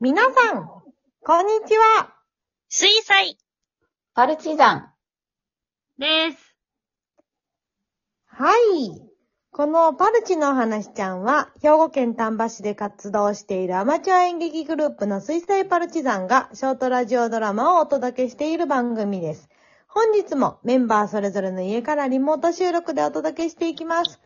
皆さん、こんにちは。水彩パルチザン。です。はい。このパルチのお話ちゃんは、兵庫県丹波市で活動しているアマチュア演劇グループの水彩パルチザンが、ショートラジオドラマをお届けしている番組です。本日もメンバーそれぞれの家からリモート収録でお届けしていきます。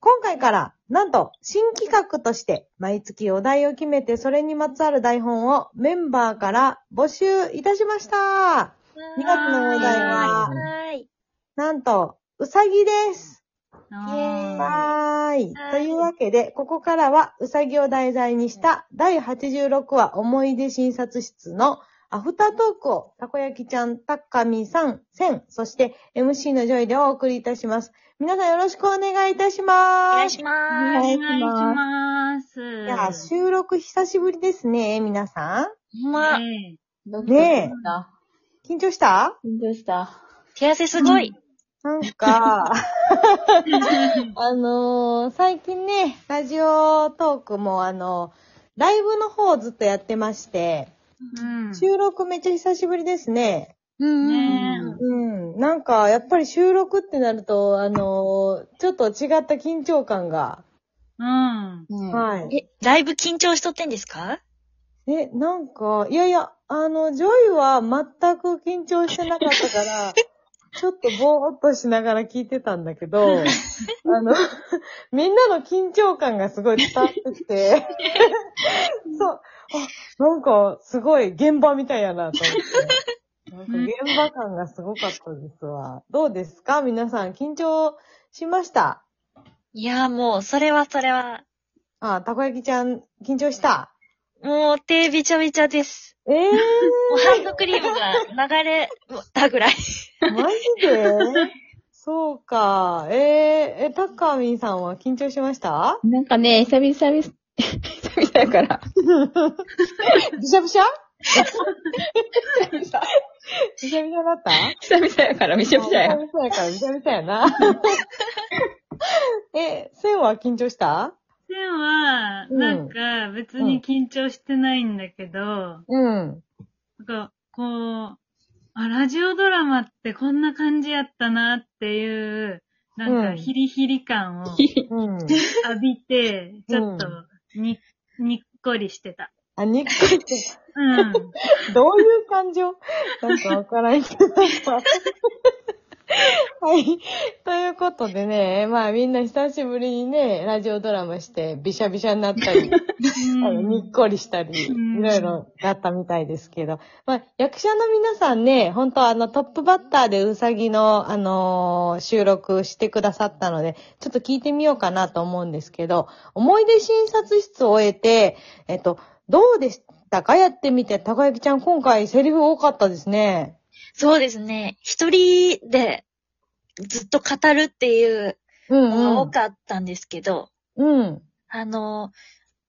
今回から、なんと、新企画として、毎月お題を決めて、それにまつわる台本をメンバーから募集いたしました。 2 2月のお題は、はい。なんと、うさぎです。ははーい。はいというわけで、ここからは、うさぎを題材にした、第86話思い出診察室のアフタートークを、たこ焼きちゃん、たっかみさん、せん、そして、MC のジョイでお送りいたします。皆さんよろしくお願いいたしお願まいす。します。お願いします。いや、収録久しぶりですね、皆さん。ほんま、ねドキドキねえした。緊張した緊張した。手汗すごい。なんか、あのー最近ね、ラジオトークもあのライブの方をずっとやってまして、うん収録めっちゃ久しぶりですね。うんねうんうん。なんか、やっぱり収録ってなると、あのーちょっと違った緊張感が。うん。うんはい。え、だいぶ緊張しとってんですかえ、なんか、いやいや、あの、ジョイは全く緊張してなかったから、ちょっとぼーっとしながら聞いてたんだけど、あの、 みんなの緊張感がすごい伝わってきて、そう、あ、なんか、すごい現場みたいやなと思って。なんか現場感がすごかったですわ。どうですか皆さん、緊張しましたいや、もう、それはそれは、あ、たこ焼きちゃん、緊張した。もう手びちゃびちゃです。ええもうハンドクリームが流れたぐらい。ー、マジでそうか。えー、え、タッカーミンさんは緊張しましたなんかね、久々です久々やから。びしゃびしゃびしゃびしゃだった久々やから、めちゃめちゃやあ。びしゃびしゃやから、びしゃびしゃや な。え、センは緊張したでは、うんなんか別に緊張してないんだけど、うん。なんかこう、あ、ラジオドラマってこんな感じやったなっていう、なんうかんヒリヒリ 感をうん。浴びて、ちょっとうに、にっこりして た。あ、にっこりって、うん。 どういう感情なんかわからんけど。 はい。ということでね、まあみんな久しぶりにね、ラジオドラマして、びしゃびしゃになったり。あのにっこりしたり、うんいろいろだったみたいですけど。まあ、役者の皆さんね、本当あの、トップバッターでうさぎの、あのー収録してくださったので、ちょっと聞いてみようかなと思うんですけど、思い出診察室を終えて、えっと、どうでしたかやってみて、たこ焼きちゃん今回セリフ多かったですね。そうですね。一人でずっと語るっていううのんがう多ん。かったんですけど、うん。あの、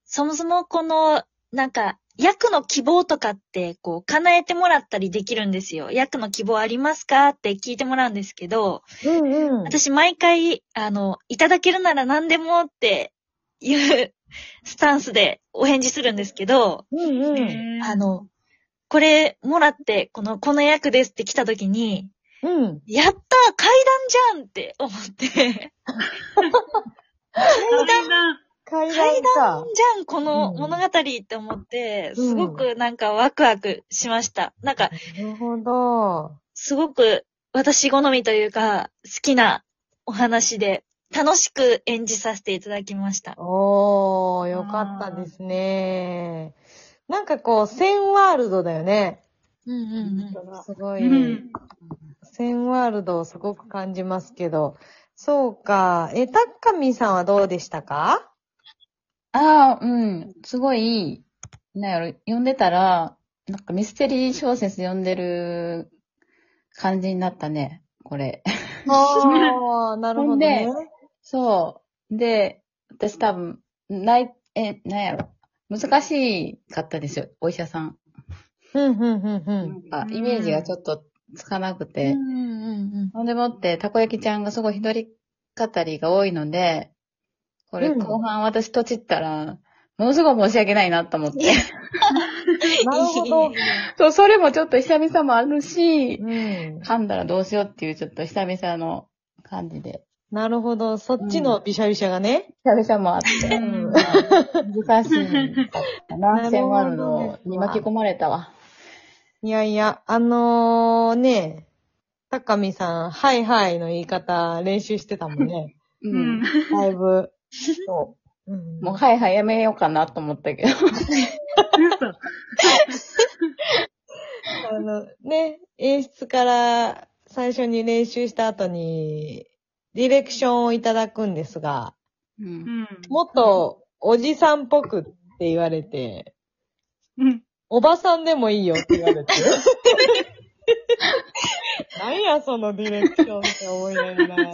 そもそもこの、なんか、役の希望とかって、こう、叶えてもらったりできるんですよ。役の希望ありますかって聞いてもらうんですけど、うんうん。私毎回、あの、いただけるなら何でもっていうスタンスでお返事するんですけど、うんうん。えーあ、の、これもらって、この、この役ですって来た時に、うん。やったー階段じゃんって思って、 階段。階段階か段。じゃん、この物語って思って、うんすごくなんかワクワクしました。なんか、なるほど。すごく私好みというか、好きなお話で、楽しく演じさせていただきました。おー、よかったですね。なんかこう、センワールドだよね。うんうんうん。すごうい。ん。センワールドをすごく感じますけど。そうか。え、タッカミさんはどうでしたかああ、うん。すごい、なんやろ、読んでたら、なんかミステリー小説読んでる感じになったね、これ。 あ ー、なるほどね。そう。で、私多分、ない、え、なんやろ。難しかったですよ、お医者さん。うん、うん、うん、う。なんんか、イメージがちょっとつかなくて。うんうんうんほんでもって、たこ焼きちゃんがすごい一人語りが多いので、これうん後半私とちったら、ものすごい申し訳ないなと思って。なるほど。そう、それもちょっと久々もあるし、うん。噛んだらどうしようっていうちょっと久々の感じで、なるほど。そっちのびしゃびしゃがね。久々もあって、ううんん難しいかったな。 なる千ほ万どのに巻き込まれたわ。 いやいや、あのー、ね、高見さん、はいはいの言い方練習してたもんね。ううんん。。だいぶ。そう。うんもう、はいはい、やめようかなと思ったけど。嘘。あの、ね、演出から最初に練習した後に、ディレクションをいただくんですが、う。うんん。もっとおじさんっぽくって言われて、うん。おばさんでもいいよって言われて。なんや、そのディレクションって思いながら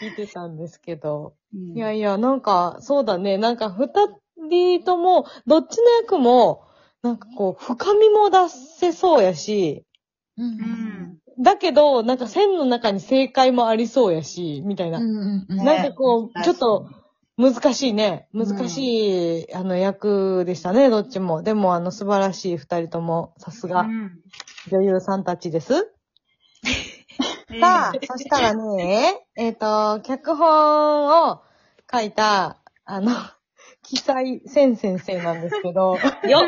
聞いてたんですけど。いやいや、なんか、そうだね。なんか、二人とも、どっちの役も、なんかこう、深みも出せそうやし、うんう。ん。だけど、なんか線の中に正解もありそうやし、みたいな。うんうん。なんかこう、ねちょっと、難しいね。難しい、あの、役でしたね、どっちも。でも、あの、素晴らしい二人とも、さすうが、ん。女優さんたちです。えーさあ、そしたらね、えっ、と、脚本を書いた、あの、 記載千先生なんですけど、よ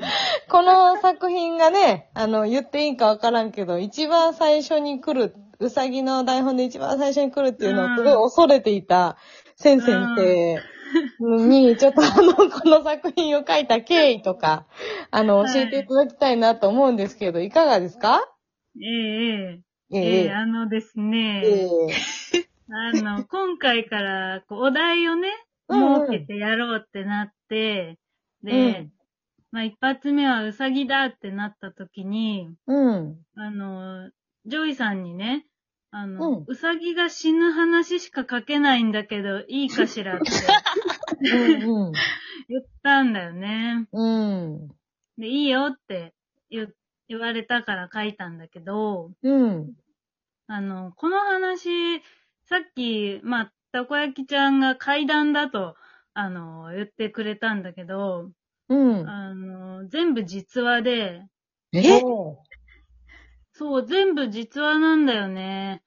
この作品がね、あの、言っていいかわからんけど、一番最初に来る、うさぎの台本で一番最初に来るっていうのをすごい恐れていた、千先生に、ちょっとあの、この作品を書いた経緯とか、あの、はい教えていただきたいなと思うんですけど、いかがですかえええええあのですね、ええあの、今回から、こう、お題をね、うんうん設けてやろうってなって、で、うんまあ、一発目はうさぎだってなった時に、うん。あの、ジョイさんにね、あうんの、うさぎが死ぬ話しか書けないんだけど、いいか しらってうん。言ったんだよね。うん。で、いいよって言言われたから書いたんだけど、うん。あの、この話、さっき、まあ、たこ焼きちゃんが階段だと、あの、言ってくれたんだけど、うん。あの、全部実話で、えそう、全部実話なんだよね。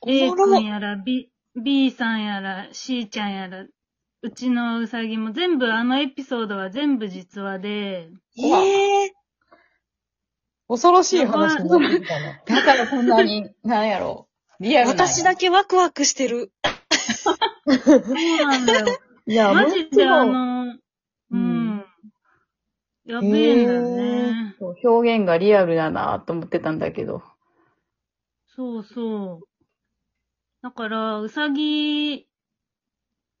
お A もろ君やら、B、B さんやら、C ちゃんやら、うちのうさぎも全部、あのエピソードは全部実話で、ええ恐ろしい話になってきたね。だからこんなに、なんやろ。リアルな。私だけワクワクしてる。そうなん だよ。いやマジであもちろんの、ううんん。やべえんだよね。そう表現がリアルだなと思ってたんだけど。そうそう。だから、うさぎ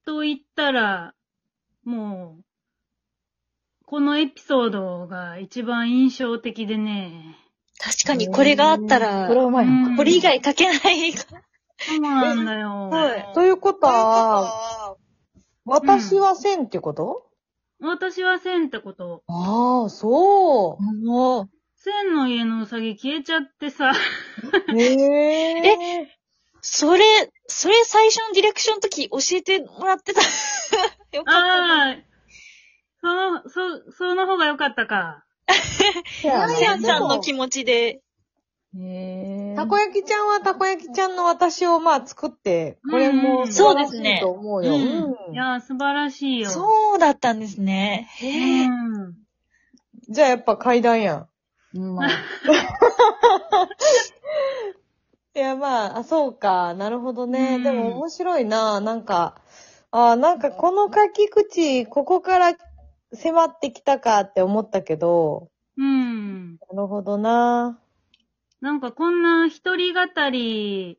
と言ったら、もう、このエピソードが一番印象的でね。確かにこれがあったらこれ、はうまいのうんこれ以外書けないかそうなんだよ。 はいということは、私は千ってこと、私は千ってこと。ああ、そも千の家のうさぎ消えちゃって さ。う。へえ。う、それ、それ最初のディレクションの時教えてもらってた。 よかった。ああ、その、そ、その方が良かったか。えやせやねちゃんの気持ちで。へたこ焼きちゃんはたこ焼きちゃんの私をまあ作って、これもうん素晴らしいと思うよ。そうですねいうんやー、素晴らしいよ。そうだったんですね。うへえ。ん。じゃあやっぱ階段やん。うんまあいや、まあ、あ、そうか。なるほどね。うんでも面白いな。なんか、あーなんかこの書き口、ここから迫ってきたかって思ったけど、うん。なるほどな。なんかこんな一人語り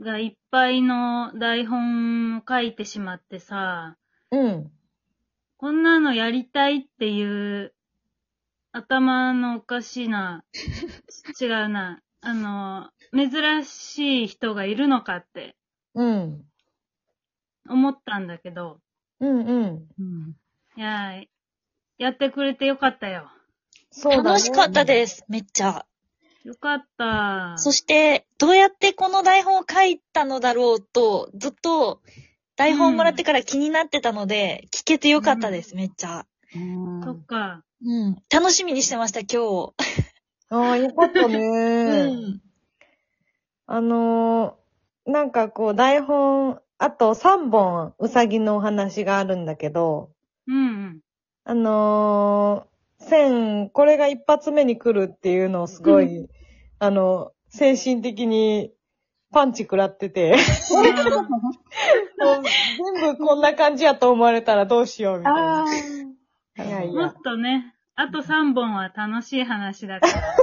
がいっぱいの台本を書いてしまってさ、うん。こんなのやりたいっていう頭のおかしい な、違うな、あの、珍しい人がいるのかってうん。思ったんだけど、うんうん。うんいやー、やってくれてよかったよ。そうだ、ね。楽しかったです。めっちゃ。よかった。そして、どうやってこの台本を書いたのだろうと、ずっと台本もらってから気になってたので、聞けてよかったです、めっちゃ。うんそっか。うん。楽しみにしてました、今日。ああ、よかったね。 うん。あのーなんかこう台本、あと3本うさぎのお話があるんだけど、うんうん。あのー、線、これが一発目に来るっていうのをすごい、あの、精神的にパンチ食らってて、もう全部こんな感じやと思われたらどうしようみたいあな。あ。いやいもやっ。とね、あと3本は楽しい話だから。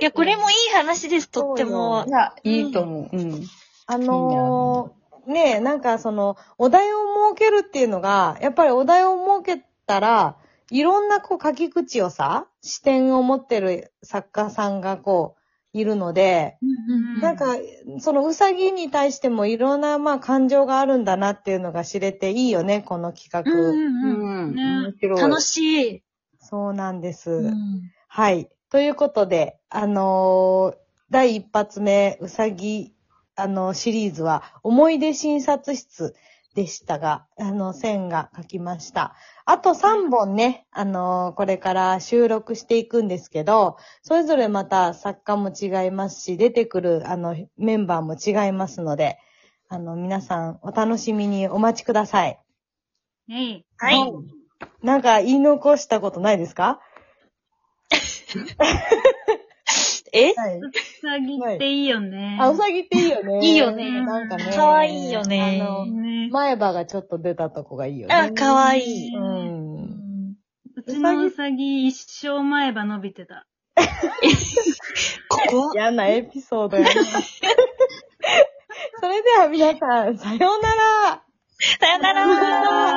いや、これもいい話です、とってもそうい。や、いいと思う。うん。あのー、ねえ、なんかその、お題を設けるっていうのが、やっぱりお題を設けたら、いろんなこう書き口をさ、視点を持ってる作家さんがこう、いるので、うんなんか、そのうさぎに対してもいろんな、まあ、感情があるんだなっていうのが知れていいよね、この企うん画。うんうん。うんね面白い。楽しい。そうなんです、うんはい。ということで、あのー第一発目、うさぎ、あの、シリーズは、思い出診察室でしたが、あの、線が書きました。あと3本ね、あのーこれから収録していくんですけど、それぞれまた作家も違いますし、出てくる、あの、メンバーも違いますので、あの、皆さん、お楽しみにお待ちください。えい。はい。なんか、言い残したことないですかえはいうさぎっていいよね。あ、うさぎっていいよね。いいよねなんかね。かわいいよねあの、ね前歯がちょっと出たとこがいいよね。あ、かわいい。う。うんんうちのうさぎ一生前歯伸びてた。ここ嫌なエピソー ドやな。それでは皆さん、さようならさよなら